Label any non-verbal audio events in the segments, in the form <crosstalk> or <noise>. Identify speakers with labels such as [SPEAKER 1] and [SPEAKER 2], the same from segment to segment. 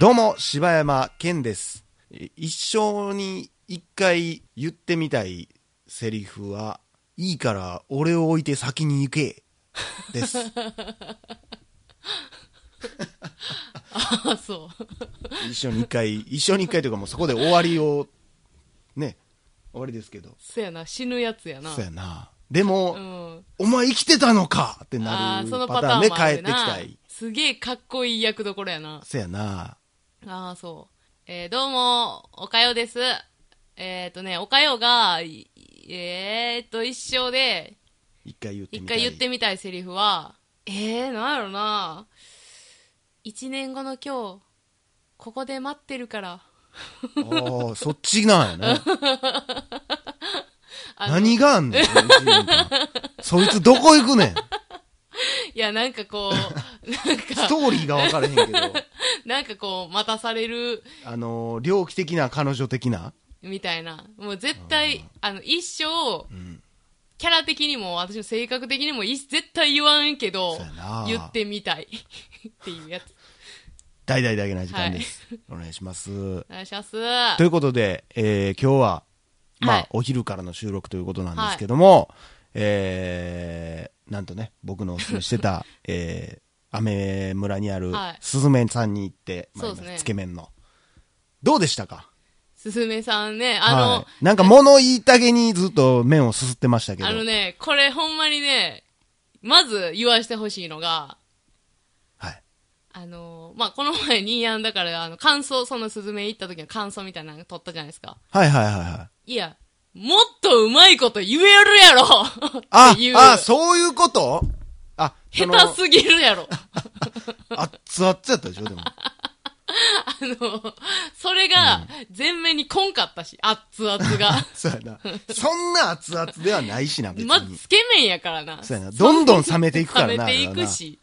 [SPEAKER 1] どうも、柴山健です。え一生に一回言ってみたいセリフは、いいから俺を置いて先に行け、
[SPEAKER 2] <laughs>
[SPEAKER 1] です。
[SPEAKER 2] あそう
[SPEAKER 1] 一生に一回、一生に一回というかもうそこで終わりを、ね、終わりですけど。
[SPEAKER 2] そやな死ぬやつやな
[SPEAKER 1] そうやな。でも、
[SPEAKER 2] うん
[SPEAKER 1] お前生きてたのかってな
[SPEAKER 2] あ
[SPEAKER 1] る
[SPEAKER 2] ーその
[SPEAKER 1] パ
[SPEAKER 2] パ
[SPEAKER 1] タ
[SPEAKER 2] タ
[SPEAKER 1] ー
[SPEAKER 2] ー
[SPEAKER 1] ン
[SPEAKER 2] ン
[SPEAKER 1] ね、
[SPEAKER 2] も
[SPEAKER 1] 帰
[SPEAKER 2] あ
[SPEAKER 1] って
[SPEAKER 2] る
[SPEAKER 1] き
[SPEAKER 2] な
[SPEAKER 1] たい。
[SPEAKER 2] すげえかっこいい役どころやな
[SPEAKER 1] そうやな。
[SPEAKER 2] ああそうえー、どうもおかよですえっ、ー、とねおかよがいえー、っと一生で
[SPEAKER 1] 一回言って
[SPEAKER 2] 一
[SPEAKER 1] みたい。
[SPEAKER 2] 回言ってみたいセリフはえー、なんやろな一年後の今日ここで待ってるから
[SPEAKER 1] ああ、そっちなんやな。
[SPEAKER 2] <laughs> あの
[SPEAKER 1] 何があんねん。
[SPEAKER 2] <laughs>
[SPEAKER 1] そいつどこ行くねん。
[SPEAKER 2] いやなんかこうなん
[SPEAKER 1] ス
[SPEAKER 2] か
[SPEAKER 1] トーリーが分からへんけど、
[SPEAKER 2] <laughs> なんかこう待たされる
[SPEAKER 1] あのー、猟奇的な彼女的な。
[SPEAKER 2] みたいな。もう絶対、あの、一生、
[SPEAKER 1] ん
[SPEAKER 2] キャラ的にも、私の性格的にも、い絶対言わんけど
[SPEAKER 1] そうやな、
[SPEAKER 2] 言ってみたい。 <laughs> っていうやつ。
[SPEAKER 1] 大々だけな時間です。お願いします。
[SPEAKER 2] お願いします。
[SPEAKER 1] ということで、えー、今日は、まあ、
[SPEAKER 2] はい
[SPEAKER 1] お昼からの収録ということなんですけども、えー、なんとね、僕のお勧めして
[SPEAKER 2] <laughs>
[SPEAKER 1] た、えー、アメ村にある
[SPEAKER 2] はい、
[SPEAKER 1] すずめさんに行ってまいりま
[SPEAKER 2] そ
[SPEAKER 1] し
[SPEAKER 2] うです
[SPEAKER 1] た、
[SPEAKER 2] ね
[SPEAKER 1] つけ麺の。どうでしたか
[SPEAKER 2] すすめさんね、あの、
[SPEAKER 1] はい、なんか物言いたげにずっと麺をすすってましたけど。
[SPEAKER 2] あのね、これほんまにね、まず言わしてほしいのが、
[SPEAKER 1] はい。
[SPEAKER 2] あのまあ、この前、ニーヤンだから、あの、感想、そのスズメ行った時の感想みたいなの撮ったじゃないですか。
[SPEAKER 1] はいはいはいはい。
[SPEAKER 2] いや、もっとうまいこと言えるやろっ
[SPEAKER 1] あ
[SPEAKER 2] ていう、。
[SPEAKER 1] あ、そういうことあ、その
[SPEAKER 2] 下手すぎるやろ。
[SPEAKER 1] 熱々やったでしょ、
[SPEAKER 2] <laughs>
[SPEAKER 1] でも。
[SPEAKER 2] あの、それが、前面にこんかったし、熱々が。
[SPEAKER 1] <laughs> そうやな。そんな熱々ではないしな、別に。
[SPEAKER 2] まず、つけ麺やからな。
[SPEAKER 1] そうやな。どんどん冷めていくか
[SPEAKER 2] 冷
[SPEAKER 1] ら
[SPEAKER 2] め
[SPEAKER 1] な。
[SPEAKER 2] ていくし。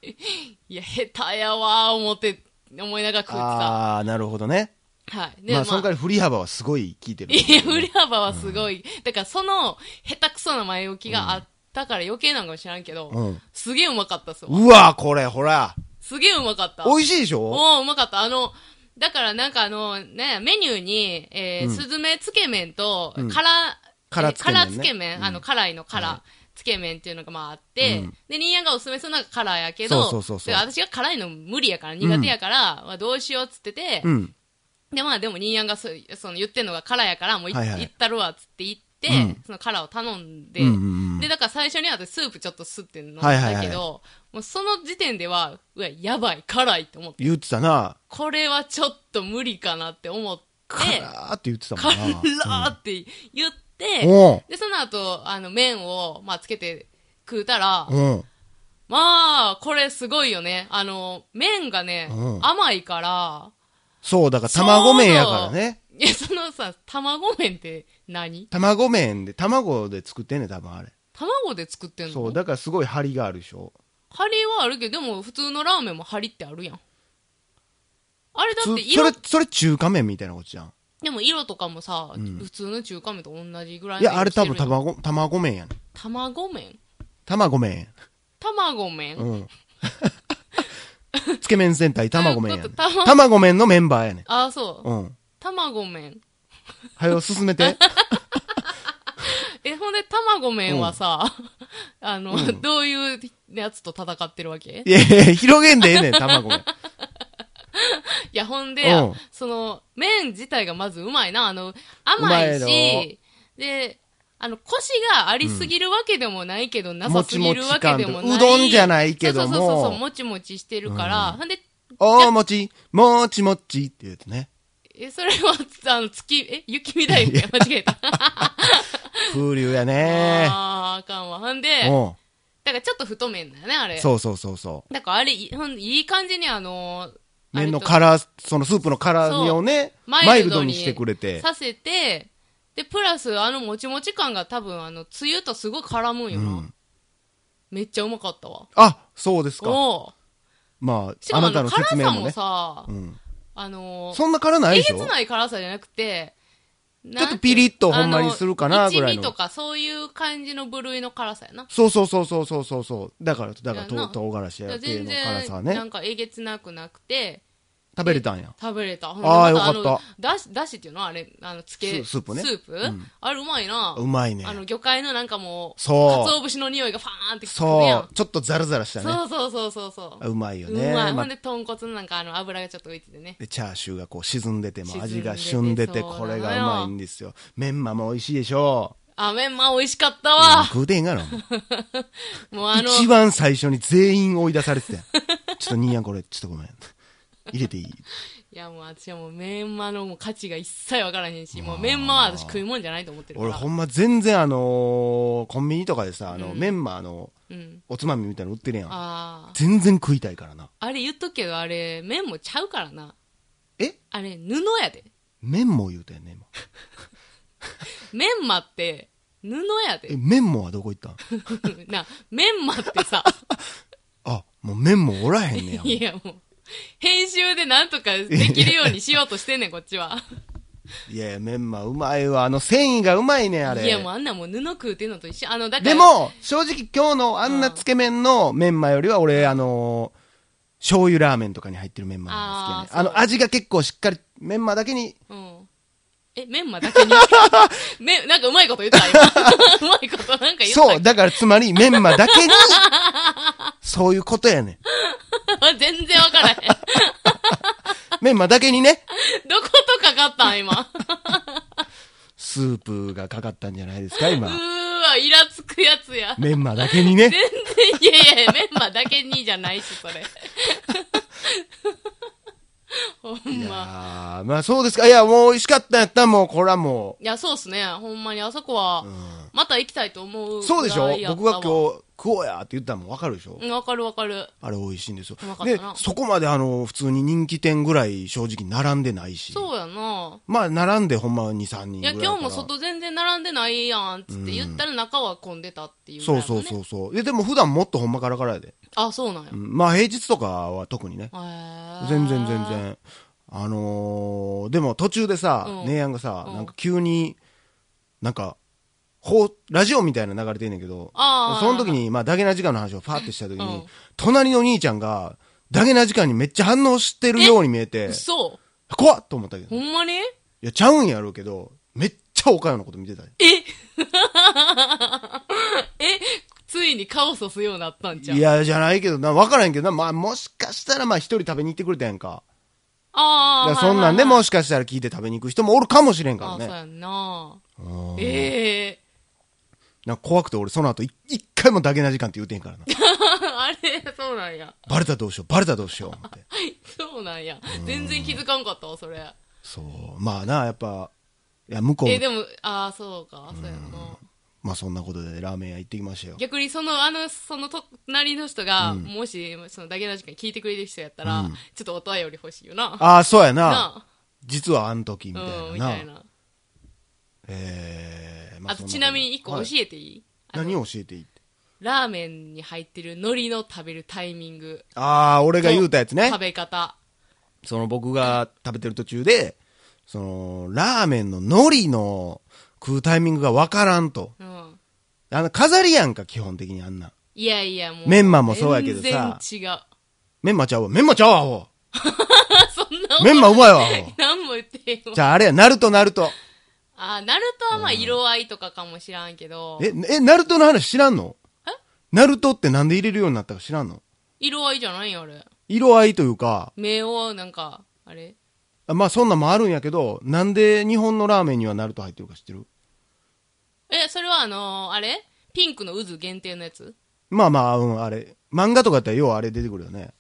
[SPEAKER 2] いや、下手やわ、思って、思いながら
[SPEAKER 1] あれ
[SPEAKER 2] 食ってた。
[SPEAKER 1] はな。あー、なるほどね。
[SPEAKER 2] はい。
[SPEAKER 1] まあ、その代わり振り幅はすごい効いてる。
[SPEAKER 2] いや、振り幅はすごい。だから、その、下手くそな前置きがあったから余計なんかも知らんけど、
[SPEAKER 1] うん
[SPEAKER 2] すげえうまかったっすわ。
[SPEAKER 1] うわ、これ、ほら。
[SPEAKER 2] すげえうまかった。
[SPEAKER 1] 美味しいでしょ
[SPEAKER 2] おーうまかった。あの、だからなんかあの、ね、メニューに、えー
[SPEAKER 1] うん
[SPEAKER 2] スズメつけ麺と、
[SPEAKER 1] うん
[SPEAKER 2] 辛、
[SPEAKER 1] 辛
[SPEAKER 2] えー
[SPEAKER 1] つけ麺ね
[SPEAKER 2] 辛つけ麺、あの、辛いの辛、つけ麺っていうのがまああって、
[SPEAKER 1] うん
[SPEAKER 2] で、ニーヤンがおすすめするのが辛やけど、
[SPEAKER 1] そうそうそうそう
[SPEAKER 2] で私が辛いの無理やから、苦手やから、まあどうしようっつってて、
[SPEAKER 1] うん。
[SPEAKER 2] で、まあでもニーヤンがそその言ってんのが辛やから、もうい、
[SPEAKER 1] はいはい
[SPEAKER 2] 行ったるわっつって行って、
[SPEAKER 1] うん
[SPEAKER 2] その辛を頼んで、
[SPEAKER 1] うんうんうん
[SPEAKER 2] で、だから最初に私スープちょっと吸ってんの
[SPEAKER 1] はい
[SPEAKER 2] だけど、
[SPEAKER 1] はいはい
[SPEAKER 2] もうその時点では、うわ、やばい、辛いって思って
[SPEAKER 1] 言ってたな。
[SPEAKER 2] これはちょっと無理かなって思って、
[SPEAKER 1] カラーって言ってたも
[SPEAKER 2] カラ
[SPEAKER 1] ん
[SPEAKER 2] ーって言って、
[SPEAKER 1] な。お
[SPEAKER 2] で、その後、あの、麺を、まあ、つけて食うたら、
[SPEAKER 1] うん。
[SPEAKER 2] まあ、これすごいよね。あの、麺がね、
[SPEAKER 1] うん
[SPEAKER 2] 甘いから、
[SPEAKER 1] そう、だから卵麺やからね。
[SPEAKER 2] いや、そのさ、卵麺って何
[SPEAKER 1] 卵麺で、卵で作ってんねん、多分あれ。
[SPEAKER 2] 卵で作ってんの
[SPEAKER 1] そう、だからすごい張りがあるでしょ。
[SPEAKER 2] ハリはあるけど、でも普通のラーメンもハリってあるやん。あれだって
[SPEAKER 1] つそれ
[SPEAKER 2] 色、、
[SPEAKER 1] それ中華麺みたいなことじゃん。
[SPEAKER 2] でも色とかもさ、
[SPEAKER 1] うん
[SPEAKER 2] 普通の中華麺と同じぐらいの
[SPEAKER 1] いや、あれ
[SPEAKER 2] 色
[SPEAKER 1] 多
[SPEAKER 2] して
[SPEAKER 1] 分
[SPEAKER 2] るや
[SPEAKER 1] 卵、
[SPEAKER 2] ん
[SPEAKER 1] 卵麺やねん。
[SPEAKER 2] 卵麺
[SPEAKER 1] 卵麺。
[SPEAKER 2] 卵麺、
[SPEAKER 1] うん。 <laughs> つけ麺戦隊卵麺やねん
[SPEAKER 2] ということは
[SPEAKER 1] 卵麺のメンバーやねん。
[SPEAKER 2] ああ、そう。
[SPEAKER 1] うん。
[SPEAKER 2] 卵麺。
[SPEAKER 1] はよ、進め
[SPEAKER 2] <laughs>
[SPEAKER 1] て。
[SPEAKER 2] え、ほんで、卵麺はさ、 <laughs> あの、
[SPEAKER 1] うん
[SPEAKER 2] どういうやつと戦ってるわけい
[SPEAKER 1] いやいや広げんでええねん、卵
[SPEAKER 2] <laughs>
[SPEAKER 1] 麺。
[SPEAKER 2] や、ほんで、
[SPEAKER 1] うん
[SPEAKER 2] その、麺自体がまずうまいな。あの、
[SPEAKER 1] うま
[SPEAKER 2] 甘
[SPEAKER 1] い
[SPEAKER 2] い
[SPEAKER 1] の
[SPEAKER 2] し、で、あの、コシがありすぎるわけでもないけど、なさすぎるわけで
[SPEAKER 1] も
[SPEAKER 2] もない。
[SPEAKER 1] ちもち感とうどんじゃないけども
[SPEAKER 2] そうそうそうそう、もちもちしてるから、ほんで、
[SPEAKER 1] おーもち、もーちもちって言うとね。
[SPEAKER 2] え、それは、 <laughs> あの、月、え、雪見だいみたいな。間違
[SPEAKER 1] <laughs>
[SPEAKER 2] えた。
[SPEAKER 1] 風流やね
[SPEAKER 2] あー、あかんわ。ほんで、
[SPEAKER 1] うん。
[SPEAKER 2] だからちょっと太麺だよね、あれ。
[SPEAKER 1] そうそうそうそう。
[SPEAKER 2] だからあれ、いほんいい感じにあのー、
[SPEAKER 1] 麺の
[SPEAKER 2] あれ
[SPEAKER 1] 辛、そのスープの辛みをね、マイルドにしてくれて
[SPEAKER 2] と。させて、で、プラスあのもちもち感が多分あの、つゆとすごい絡むんよな。
[SPEAKER 1] うん
[SPEAKER 2] めっちゃうまかったわ。
[SPEAKER 1] あ、そうですか。
[SPEAKER 2] おう
[SPEAKER 1] ま
[SPEAKER 2] し
[SPEAKER 1] あ、あ
[SPEAKER 2] かも
[SPEAKER 1] なた
[SPEAKER 2] あの、
[SPEAKER 1] の
[SPEAKER 2] 辛
[SPEAKER 1] 説明
[SPEAKER 2] さ
[SPEAKER 1] も
[SPEAKER 2] も
[SPEAKER 1] ね。
[SPEAKER 2] さ、
[SPEAKER 1] うん。
[SPEAKER 2] あのー
[SPEAKER 1] そんな辛ない
[SPEAKER 2] え
[SPEAKER 1] でし
[SPEAKER 2] げ
[SPEAKER 1] ょ
[SPEAKER 2] つない辛さじゃなくて、ち
[SPEAKER 1] ょっとピリッとほんまにするかなぐらいの
[SPEAKER 2] 一味とかそういう感じの部類の辛さやな。
[SPEAKER 1] そうそうそうそうそうそうそう。だから、だから、
[SPEAKER 2] いや
[SPEAKER 1] と
[SPEAKER 2] な
[SPEAKER 1] う唐辛子や系
[SPEAKER 2] 全
[SPEAKER 1] の辛
[SPEAKER 2] 然
[SPEAKER 1] さは
[SPEAKER 2] な
[SPEAKER 1] ね。
[SPEAKER 2] んかえげつなくなくて、
[SPEAKER 1] 食べれたんや。
[SPEAKER 2] 食べれた。
[SPEAKER 1] あー
[SPEAKER 2] ほんでま
[SPEAKER 1] よかっ
[SPEAKER 2] あの、だし、だしっていうのはあれ、あの、つけ、
[SPEAKER 1] ススープね
[SPEAKER 2] スープ、
[SPEAKER 1] うん
[SPEAKER 2] あれうまいな。
[SPEAKER 1] うまいね
[SPEAKER 2] あ。の、魚介のなんかもう、
[SPEAKER 1] そう
[SPEAKER 2] 鰹節の匂いがファーンってくるや
[SPEAKER 1] そ
[SPEAKER 2] ん
[SPEAKER 1] う。。ちょっとザラザラしたね。
[SPEAKER 2] そうそうそうそうそう。
[SPEAKER 1] うまいよ
[SPEAKER 2] う
[SPEAKER 1] ね。
[SPEAKER 2] まい。ほ
[SPEAKER 1] ま
[SPEAKER 2] んで、豚骨のなんかあの、油がちょっと浮いててね。
[SPEAKER 1] でチャーシューがこう沈んでても
[SPEAKER 2] 沈んでて
[SPEAKER 1] 味が旬でて
[SPEAKER 2] そうな
[SPEAKER 1] こ
[SPEAKER 2] のよ
[SPEAKER 1] れがうまいんですよメンマも美味しいでしょ
[SPEAKER 2] あ、メンマ美味しかったわ。
[SPEAKER 1] 食うてへんがなお前
[SPEAKER 2] もうあの、
[SPEAKER 1] 一番最初に全員追い出されてたやんちょっと兄やんこれちょっとごめん入れていい
[SPEAKER 2] <laughs> いやもう私はもうメンマのもう価値が一切わからへんし、もうメンマは私食い物じゃないと思ってるか
[SPEAKER 1] 俺
[SPEAKER 2] ら。
[SPEAKER 1] ほんま全然あのーコンビニとかでさあの、メンマの
[SPEAKER 2] うん。
[SPEAKER 1] おつまみみたいなの売ってるやん
[SPEAKER 2] ああ。
[SPEAKER 1] 全然食いたいからな
[SPEAKER 2] あれ言っとくけど、あれ、麺もちゃうからな。
[SPEAKER 1] え
[SPEAKER 2] あれ、布やで。
[SPEAKER 1] 麺も言うたよね今
[SPEAKER 2] メンマって、布や
[SPEAKER 1] え
[SPEAKER 2] で。
[SPEAKER 1] 麺もはどこ行ったん
[SPEAKER 2] <laughs> な、メンマって
[SPEAKER 1] <laughs>
[SPEAKER 2] さ、
[SPEAKER 1] あもう麺もおらへんねや
[SPEAKER 2] いやもう、編集でなんとかできるようにしようとしてんねん、こっちは。
[SPEAKER 1] いやいやメンマうまいわあの繊維がうまいねんあれ
[SPEAKER 2] いやもうあんなもう布食うてんのと一緒。あの、だから、
[SPEAKER 1] で、も、正直今日のあんなつけ麺のメンマよりは、俺、あのー醤油ラーメンとかに入ってるメンマが好きやね。あ
[SPEAKER 2] あーそう
[SPEAKER 1] の、味が結構しっかり、メンマだけに、
[SPEAKER 2] うん。え、メンマだけに <laughs> め、なんかうまいこと言った今。 <laughs> うまいことなんか言った
[SPEAKER 1] そう、だからつまりメンマだけに、そういうことやねん。
[SPEAKER 2] <laughs> 全然わからへん。 <laughs>
[SPEAKER 1] メンマだけにね、
[SPEAKER 2] どことかかった
[SPEAKER 1] <laughs>
[SPEAKER 2] ん今。
[SPEAKER 1] スープがかかったんじゃないですか、
[SPEAKER 2] う
[SPEAKER 1] 今。
[SPEAKER 2] ーわ、イラつくやつや。
[SPEAKER 1] メンマだけにね。
[SPEAKER 2] 全然、いやいや、メンマだけにじゃないし、
[SPEAKER 1] <laughs>
[SPEAKER 2] それ。 <laughs> ほ
[SPEAKER 1] い
[SPEAKER 2] ん
[SPEAKER 1] や
[SPEAKER 2] ま。
[SPEAKER 1] ーまあそうですか。いや、もう美味しかったんやったらもう、これはも
[SPEAKER 2] いや、そうっすね。ほんまに、あそこは
[SPEAKER 1] う、う、ん。
[SPEAKER 2] また行きたいと思う。
[SPEAKER 1] そうでしょ僕が今
[SPEAKER 2] 日
[SPEAKER 1] 日、食おうやって言ったらもうわかるでしょ、
[SPEAKER 2] うんわかるわかる。
[SPEAKER 1] あれ美味しいんですよ
[SPEAKER 2] うまか。っ
[SPEAKER 1] で
[SPEAKER 2] たな、
[SPEAKER 1] そこまであの、普通に人気店ぐらい正直並んでないし。
[SPEAKER 2] そうやな。
[SPEAKER 1] まあ、並んでほんま2、3人
[SPEAKER 2] い
[SPEAKER 1] ぐらい
[SPEAKER 2] や、
[SPEAKER 1] から。
[SPEAKER 2] 今日も外全然並んでないやん、つって言ったら中は混んでたっていう、
[SPEAKER 1] そうそう
[SPEAKER 2] う。
[SPEAKER 1] そうそう。いや、でも普段もっとほんまカラカラやで。
[SPEAKER 2] あ、そうなんや
[SPEAKER 1] う。んまあ、平日とかは特にね。
[SPEAKER 2] へー
[SPEAKER 1] 全然全。然。あのー、でも途中でさ
[SPEAKER 2] う、ん
[SPEAKER 1] 姉やんがさ、
[SPEAKER 2] うん
[SPEAKER 1] なんか急に、なんか、ほうラジオみたいなの流れてんねんけど、
[SPEAKER 2] あー
[SPEAKER 1] その時に、まあ、ダゲな時間の話をパーってした時に、
[SPEAKER 2] うん
[SPEAKER 1] 隣の兄ちゃんが、ダゲな時間にめっちゃ反応してるように見えて、
[SPEAKER 2] 嘘
[SPEAKER 1] 怖っと思ったけど。
[SPEAKER 2] ほんまに <laughs>
[SPEAKER 1] いや、ちゃうんやろうけど、めっちゃ岡山のこと見てたで
[SPEAKER 2] ええついに顔さすようになったんちゃう
[SPEAKER 1] いや、じゃないけどな、わからんけどな、まあ、もしかしたら、まあ、一人食べに行ってくれたやんか。
[SPEAKER 2] あ
[SPEAKER 1] だ
[SPEAKER 2] あ、
[SPEAKER 1] からそんなんで、
[SPEAKER 2] はい
[SPEAKER 1] もしかしたら聞いて食べに行く人もおるかもしれんか
[SPEAKER 2] はいはい、あーそう
[SPEAKER 1] らね。
[SPEAKER 2] やんな。
[SPEAKER 1] うん
[SPEAKER 2] ええ
[SPEAKER 1] なんか怖くて、俺、その後、い一回もダゲな時間って言うてんからな。
[SPEAKER 2] <laughs>
[SPEAKER 1] <laughs>
[SPEAKER 2] あれ、そうなんや。
[SPEAKER 1] バレたらどうしよう、バレたらどうしよう、思って。
[SPEAKER 2] そうなんや。全然気づかんかったわ、それ。
[SPEAKER 1] そう。まあな、やっぱ、いや、向こう、
[SPEAKER 2] え、でも、ああ、そうか、そうやな。
[SPEAKER 1] まあ、そんなことでラーメン屋行ってきましたよ。
[SPEAKER 2] 逆にその、あの、その隣の人が、もし、その、だけの時間聞いてくれてる人やったら、ちょっとお便り欲しいよな。
[SPEAKER 1] ああ、そうやな。
[SPEAKER 2] な
[SPEAKER 1] 実はあの時、みたい
[SPEAKER 2] あ、うん、み
[SPEAKER 1] な
[SPEAKER 2] たい
[SPEAKER 1] な。
[SPEAKER 2] な。
[SPEAKER 1] えー、ま
[SPEAKER 2] あと、ちなみに一個教
[SPEAKER 1] え
[SPEAKER 2] えていい、あの
[SPEAKER 1] 何を教えていいって。
[SPEAKER 2] ラーメンに入ってる海苔の食べるタイミング。
[SPEAKER 1] ああ、俺が言うたやつね
[SPEAKER 2] 食。べ方。
[SPEAKER 1] その僕が食べてる途中で、その、ラーメンの海苔の食うタイミングがわからんと。
[SPEAKER 2] うん。
[SPEAKER 1] あの、飾りやんか、基本的にあんな。
[SPEAKER 2] いやいや、もう。
[SPEAKER 1] メンマもそうやけどさ
[SPEAKER 2] 全然違う。
[SPEAKER 1] メンマちゃうわ。メンマちゃうわ、ア
[SPEAKER 2] <laughs>
[SPEAKER 1] ホ。
[SPEAKER 2] そんな
[SPEAKER 1] メンマうまいわ、アホ。
[SPEAKER 2] 何も言ってへんわ
[SPEAKER 1] じ。ゃあ、あれや、ナルト、ナルト。
[SPEAKER 2] あ、ナルトはまあ色合いとかかもしらんけど、
[SPEAKER 1] え、え、ナルトの話知らんのナルトってなんで入れるようになったか知らんの
[SPEAKER 2] 色合いじゃないよ、あれ。
[SPEAKER 1] 色合いというか、
[SPEAKER 2] 目を、なんか、あれ
[SPEAKER 1] あまあそんなんもあるんやけど、なんで日本のラーメンにはナルト入ってるか知ってる
[SPEAKER 2] え、それはあのーあれピンクの渦限定のやつ
[SPEAKER 1] まあまあ、うん、あれ。漫画とかやったらようあれ出てくるよね。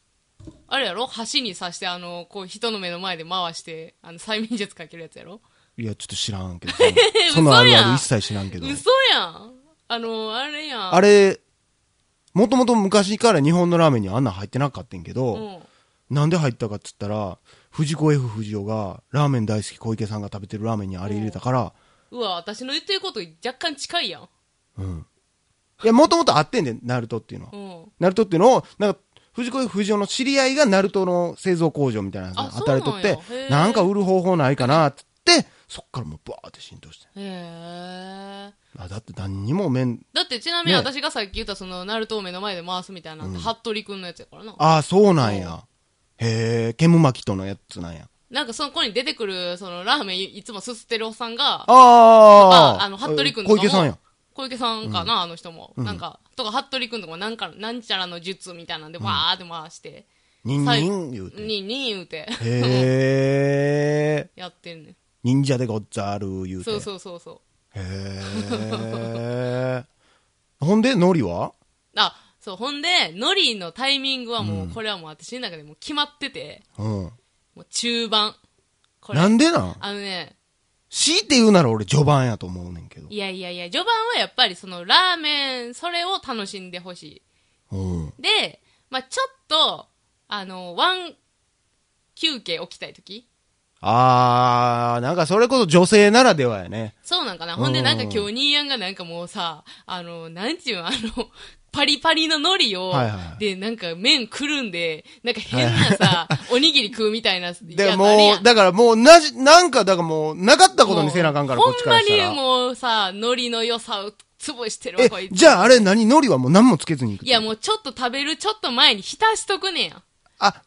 [SPEAKER 2] あれやろ箸に刺して、あのーこう、人の目の前で回して、あの、催眠術かけるやつやろ
[SPEAKER 1] いや、ちょっと知ら
[SPEAKER 2] <laughs>
[SPEAKER 1] んけどさ。そのあるある一切知らんけど。
[SPEAKER 2] 嘘やんあのーあれやん。
[SPEAKER 1] あれ、もともと昔から日本のラーメンにはあんなん入ってなかったんけ
[SPEAKER 2] う
[SPEAKER 1] ど、
[SPEAKER 2] ん。
[SPEAKER 1] なんで入ったかっつったら、藤子 F 不二雄がラーメン大好き小池さんが食べてるラーメンにあれ入れたから、
[SPEAKER 2] うわ、私の言ってること若干近いやん。
[SPEAKER 1] うん。いや、もともとあってんで、ナルトっていうのは
[SPEAKER 2] う。ん。
[SPEAKER 1] ナルトっていうのを、なんか、藤子 F 不二雄の知り合いがナルトの製造工場みたいなの
[SPEAKER 2] あそうな
[SPEAKER 1] 働
[SPEAKER 2] んや
[SPEAKER 1] いとって
[SPEAKER 2] へ、ー
[SPEAKER 1] なんか売る方法ないかなっつって、そっからもうバーって浸透して。
[SPEAKER 2] へえ。
[SPEAKER 1] あだって何にも麺、
[SPEAKER 2] だってちなみに
[SPEAKER 1] ね
[SPEAKER 2] 私がさっき言ったその、ナルトを目の前で回すみたいなのって、服部くんのやつやからな。
[SPEAKER 1] ああ、そうなんや。へえ、煙巻きとのやつなんや。
[SPEAKER 2] なんかその子に出てくる、そのラーメンいいつもすすってるおっさんが、
[SPEAKER 1] あ
[SPEAKER 2] ああの、服部くんとか
[SPEAKER 1] 小
[SPEAKER 2] も。
[SPEAKER 1] 池さんや。
[SPEAKER 2] 小池さんかな、あの人も。なんか、とか、服部くんとかも、なんか、なんちゃらの術みたいなんで、わーって回して、
[SPEAKER 1] ニンニン言うて。
[SPEAKER 2] に、に言うて、
[SPEAKER 1] へえ、
[SPEAKER 2] やってるね。
[SPEAKER 1] 忍者でござる言うて。
[SPEAKER 2] そうそうそうそう。
[SPEAKER 1] へえ。ほんで、ノリは
[SPEAKER 2] あ、そう、ほんで、ノリのタイミングはもう、これはもう私の中でもう決まってて、
[SPEAKER 1] うん。
[SPEAKER 2] もう中盤。これ。
[SPEAKER 1] なんでなん
[SPEAKER 2] あのね、
[SPEAKER 1] 強いて言うなら俺序盤やと思うねんけど。
[SPEAKER 2] いやいやいや、序盤はやっぱりそのラーメン、それを楽しんでほし
[SPEAKER 1] うん。
[SPEAKER 2] い。で、まあちょっと、あの、ワン休憩置きたいとき
[SPEAKER 1] あー、なんかそれこそ女性ならではやね。
[SPEAKER 2] そうなんかなほんでなんか
[SPEAKER 1] うん
[SPEAKER 2] 今日兄やんがなんかもうさ、あの、なんちゅうん、あの、 <laughs> パリパリの海苔を、
[SPEAKER 1] はいはい
[SPEAKER 2] で、なんか麺くるんで、なんか変なさ、おにぎり食うみたいなやつある
[SPEAKER 1] で
[SPEAKER 2] やん。
[SPEAKER 1] もう、だからもうなじ、なんか、だからもう、なかったことにせなあかんから、
[SPEAKER 2] もう
[SPEAKER 1] こっちからした
[SPEAKER 2] ほんま
[SPEAKER 1] ら。
[SPEAKER 2] にもうさ、海苔の良さを潰してるわ、こ
[SPEAKER 1] え
[SPEAKER 2] い、つ。
[SPEAKER 1] じゃああれ何海苔はもう何もつけずにいく
[SPEAKER 2] いやもうちょっと食べるちょっと前に浸しとくねや。
[SPEAKER 1] あ、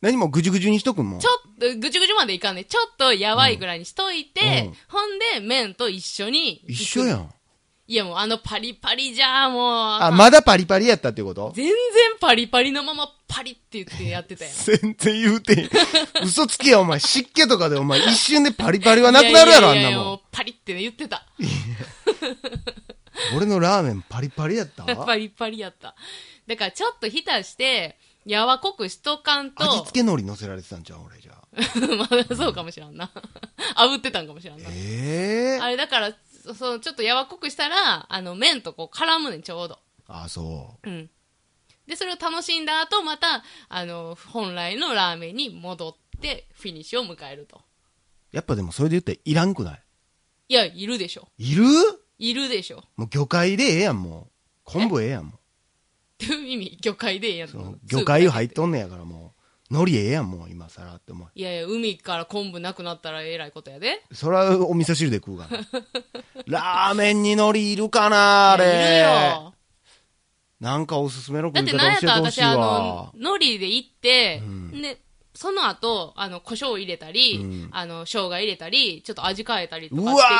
[SPEAKER 1] 何もぐじゅぐじゅにしとくんもん
[SPEAKER 2] ちょっと、ぐちゅぐちゅまでいかんね。ちょっとやばいぐらいにしといて、
[SPEAKER 1] うんうん
[SPEAKER 2] ほんで、麺と一緒に。
[SPEAKER 1] 一緒や
[SPEAKER 2] ん。
[SPEAKER 1] ん。
[SPEAKER 2] いやもうあのパリパリじゃあもう。
[SPEAKER 1] あ、まだパリパリやったってこと
[SPEAKER 2] 全然パリパリのままパリって言って
[SPEAKER 1] <laughs>
[SPEAKER 2] やってたやん。
[SPEAKER 1] 全然言うて
[SPEAKER 2] <laughs>
[SPEAKER 1] ん。嘘つきや、お前。湿気とかで、お前、一瞬でパリパリはなくなるやろ、あ
[SPEAKER 2] い
[SPEAKER 1] ん
[SPEAKER 2] い
[SPEAKER 1] ない
[SPEAKER 2] い
[SPEAKER 1] もん。
[SPEAKER 2] うパリってね言ってた。
[SPEAKER 1] 俺のラーメンパリパリやったわ
[SPEAKER 2] <laughs> パリパリやった。だからちょっと浸して、やわこくしとかんと。
[SPEAKER 1] 味付け海苔乗せられてたんじゃん、俺じゃあ。
[SPEAKER 2] ま <laughs> あ、そうかもしらんな。 <laughs> 炙ってたんかもしらんな。
[SPEAKER 1] ええ
[SPEAKER 2] あれだから、そそう、ちょっとやわこくしたら、あの、麺とこう絡むねん、ちょうど。
[SPEAKER 1] あ、そ
[SPEAKER 2] うん。で、それを楽しんだ後、また、あの、本来のラーメンに戻って、フィニッシュを迎えると。
[SPEAKER 1] う。やっぱでもそれで言ったらいらんくない
[SPEAKER 2] いや、いるでしょ。
[SPEAKER 1] いる
[SPEAKER 2] いるでしょ。
[SPEAKER 1] もう魚介でええやん、もう。昆布ええやん、も
[SPEAKER 2] っていう意味、魚介でええやん
[SPEAKER 1] う。その
[SPEAKER 2] の
[SPEAKER 1] 魚介入っとんねやから、もう。海苔ええやん、もう、今更って思う。
[SPEAKER 2] いやいや、海から昆布なくなったらえらいことやで。
[SPEAKER 1] それはお味噌汁で食うがな。
[SPEAKER 2] <laughs>
[SPEAKER 1] ラーメンに海苔いるかな、あれ。
[SPEAKER 2] いやいるよ。
[SPEAKER 1] なんかおすすめの
[SPEAKER 2] だ
[SPEAKER 1] 食
[SPEAKER 2] っ
[SPEAKER 1] い
[SPEAKER 2] てなん
[SPEAKER 1] 方
[SPEAKER 2] やっ
[SPEAKER 1] 教
[SPEAKER 2] たら
[SPEAKER 1] えてほし
[SPEAKER 2] 私、
[SPEAKER 1] い
[SPEAKER 2] あ
[SPEAKER 1] わ
[SPEAKER 2] の。、海苔で行って、
[SPEAKER 1] うん
[SPEAKER 2] で、その後、あの、胡椒を入れたり、
[SPEAKER 1] うん
[SPEAKER 2] あの、生姜入れたり、ちょっと味変えたりとか
[SPEAKER 1] う
[SPEAKER 2] って
[SPEAKER 1] わ
[SPEAKER 2] いう、
[SPEAKER 1] ー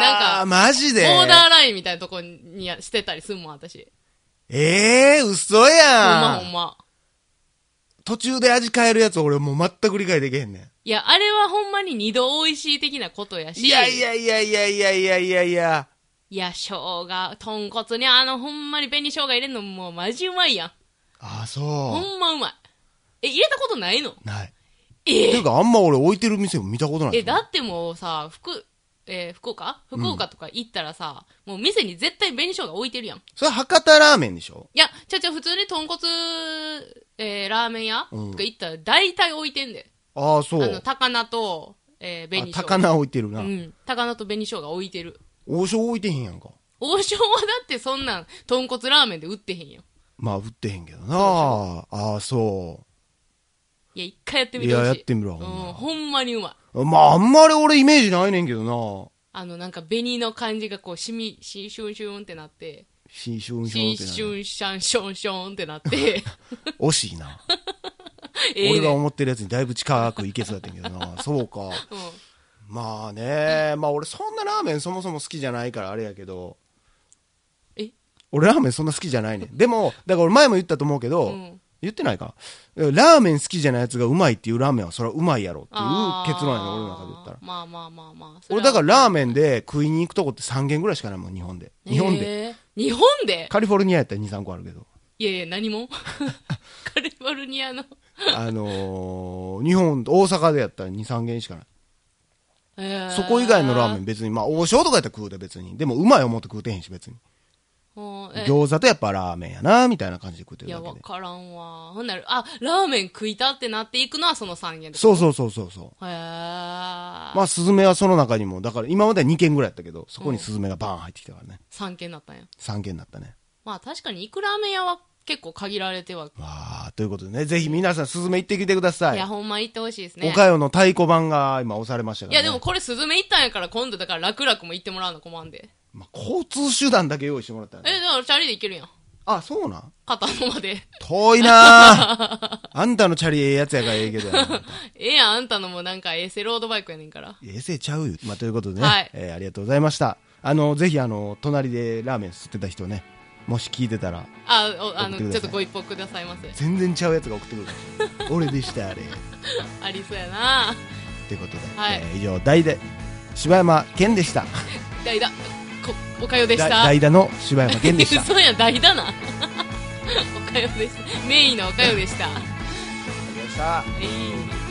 [SPEAKER 2] なんか、
[SPEAKER 1] マジ
[SPEAKER 2] ボ
[SPEAKER 1] で
[SPEAKER 2] ーダーラインみたいなとこにやしてたりすんもん、私。
[SPEAKER 1] ええー、嘘
[SPEAKER 2] ほん
[SPEAKER 1] や
[SPEAKER 2] ま
[SPEAKER 1] ん
[SPEAKER 2] ほんま。
[SPEAKER 1] 途中で味変えるやつ俺もう全く理解できへんね
[SPEAKER 2] いや、あれはほんまに二度美味しい的なことや
[SPEAKER 1] ん。
[SPEAKER 2] し、
[SPEAKER 1] いやいやいやいやいやいやいやいや。
[SPEAKER 2] いや、生姜、豚骨にあの、ほんまに紅生姜入れんのもうマジうまいやん。
[SPEAKER 1] あ、そ
[SPEAKER 2] ほんまうまい。え、入れたことないの
[SPEAKER 1] う。ない。て
[SPEAKER 2] え
[SPEAKER 1] いうかあんま俺置いてる店も見たことない。
[SPEAKER 2] え、だってもうさ、福、えー福岡福岡とか行ったらさ、もう店に絶対紅生姜置いてるやん。い
[SPEAKER 1] それ博多ラーメンでしょ
[SPEAKER 2] や、ちゃうちゃう、普通に豚骨、えーラーメン屋
[SPEAKER 1] うん
[SPEAKER 2] とか行ったら大体置いてんで。
[SPEAKER 1] ああ、そ
[SPEAKER 2] あの、
[SPEAKER 1] う。
[SPEAKER 2] 高菜と、えー、
[SPEAKER 1] あ
[SPEAKER 2] 紅生姜。
[SPEAKER 1] 高菜置いてるな
[SPEAKER 2] う。ん。高菜と紅生姜置いてる。
[SPEAKER 1] 王将置いてへんやんか。
[SPEAKER 2] 王将はだってそんなん、豚骨ラーメンで売ってへんよ。
[SPEAKER 1] まあ、売ってへんけどな。ああー、そ
[SPEAKER 2] いや、一回やって
[SPEAKER 1] う。
[SPEAKER 2] み
[SPEAKER 1] い
[SPEAKER 2] てほ
[SPEAKER 1] や、
[SPEAKER 2] しい。
[SPEAKER 1] やってみろ、
[SPEAKER 2] うん、
[SPEAKER 1] ほん
[SPEAKER 2] ほんまにうまい。
[SPEAKER 1] ま。まあ、あんまり俺イメージないねんけどな。
[SPEAKER 2] あの、なんか、紅の感じがこう、しみ、しんしゅんしゅんってなって、
[SPEAKER 1] 新春
[SPEAKER 2] しん
[SPEAKER 1] 表
[SPEAKER 2] し
[SPEAKER 1] て
[SPEAKER 2] ゅ
[SPEAKER 1] な。
[SPEAKER 2] んしゃんしょんしょんってな
[SPEAKER 1] <laughs>
[SPEAKER 2] って、
[SPEAKER 1] 惜しいな。
[SPEAKER 2] ええね
[SPEAKER 1] 俺が思ってるやつにだいぶ近くいけそうやったんやけどな。そうか。
[SPEAKER 2] うん。
[SPEAKER 1] まあね、まあ俺そんなラーメンそもそも好きじゃないからあれやけど。
[SPEAKER 2] え
[SPEAKER 1] 俺ラーメンそんな好きじゃないねん。でも、だから俺前も言ったと思うけど、
[SPEAKER 2] うん
[SPEAKER 1] 言ってないか。ラーメン好きじゃないやつがうまいっていうラーメンはそれはうまいやろっていう
[SPEAKER 2] あー
[SPEAKER 1] 結論やねん、俺の中で言ったら。
[SPEAKER 2] まあまあまあまあ。
[SPEAKER 1] 俺だからラー
[SPEAKER 2] ン、
[SPEAKER 1] メンで食いに行くとこって3軒ぐらいしかないもん、日本で。日本で。
[SPEAKER 2] で。日本で
[SPEAKER 1] カリフォルニアやったら2、3個あるけ
[SPEAKER 2] <laughs>
[SPEAKER 1] ど。
[SPEAKER 2] いやいや、何も。 <laughs> カリフォルニアの。
[SPEAKER 1] あのー、日本、大阪でやったら2、3軒しかない。
[SPEAKER 2] え
[SPEAKER 1] <laughs>
[SPEAKER 2] ー
[SPEAKER 1] そこ以外のラーメン別に、まあ王将とかやったら食うで別に。でもうまい思って食うてへんし別に。
[SPEAKER 2] ほうえ
[SPEAKER 1] 餃子とやっぱラーメンやな、みたいな感じで食うて
[SPEAKER 2] い
[SPEAKER 1] るだ
[SPEAKER 2] や、
[SPEAKER 1] け
[SPEAKER 2] わ
[SPEAKER 1] で。
[SPEAKER 2] からんわ。ほんなら、あ、ラーメン食いたってなっていくのはその3軒で。
[SPEAKER 1] そうそうそうそうそう。
[SPEAKER 2] へえ。ま
[SPEAKER 1] まあ、スズメはその中にも、だから今までは2軒ぐらいやったけど、そこにスズメがバーン入ってきたからね。
[SPEAKER 2] 3軒だったんや。
[SPEAKER 1] 3軒だったね。
[SPEAKER 2] まあ確かに、いくラーメン屋は結構限られては。
[SPEAKER 1] わあ、ということでね、ぜひ皆さんスズメ行ってきてくださ
[SPEAKER 2] い
[SPEAKER 1] い。
[SPEAKER 2] や、ほんま行ってほしいですね。
[SPEAKER 1] おかよの太鼓判が今押されましたか
[SPEAKER 2] い
[SPEAKER 1] ら、
[SPEAKER 2] や、
[SPEAKER 1] ね。
[SPEAKER 2] でも、これスズメ行ったんやから、今度だから楽々も行ってもらうの困んで。
[SPEAKER 1] まあ、交通手段だけ用意してもらったら、
[SPEAKER 2] え、
[SPEAKER 1] ね。
[SPEAKER 2] <laughs> だからチャリで行けるやん。
[SPEAKER 1] あ、そうなん
[SPEAKER 2] 片のまで。 <laughs>
[SPEAKER 1] 遠いなああんたのチャリええやつやからええけどやな。
[SPEAKER 2] ええやん、あんたのもなんか、エセロードバイクやねんから。
[SPEAKER 1] えせちゃうよ。まあ、ということでね、
[SPEAKER 2] はい
[SPEAKER 1] えーありがとうございました。あの、ぜひ、あの、隣でラーメン吸ってた人ね、もし聞いてたら、
[SPEAKER 2] あ、おあの、
[SPEAKER 1] 送ってください
[SPEAKER 2] ちょっとご一報くださいませ。
[SPEAKER 1] 全然ちゃうやつが送ってくるかもしれ
[SPEAKER 2] <laughs>
[SPEAKER 1] ない。俺でした、あれ。
[SPEAKER 2] ありそうやな。
[SPEAKER 1] ということで、
[SPEAKER 2] はい
[SPEAKER 1] えー以上、代打、柴山健でした。
[SPEAKER 2] 代打、こ、おかよでし
[SPEAKER 1] だ
[SPEAKER 2] た。
[SPEAKER 1] 代打の柴山健で
[SPEAKER 2] <laughs>
[SPEAKER 1] した。
[SPEAKER 2] そうやん、代打な。おかよでした。メインのおかよでした。は
[SPEAKER 1] ありがとうございました。
[SPEAKER 2] い。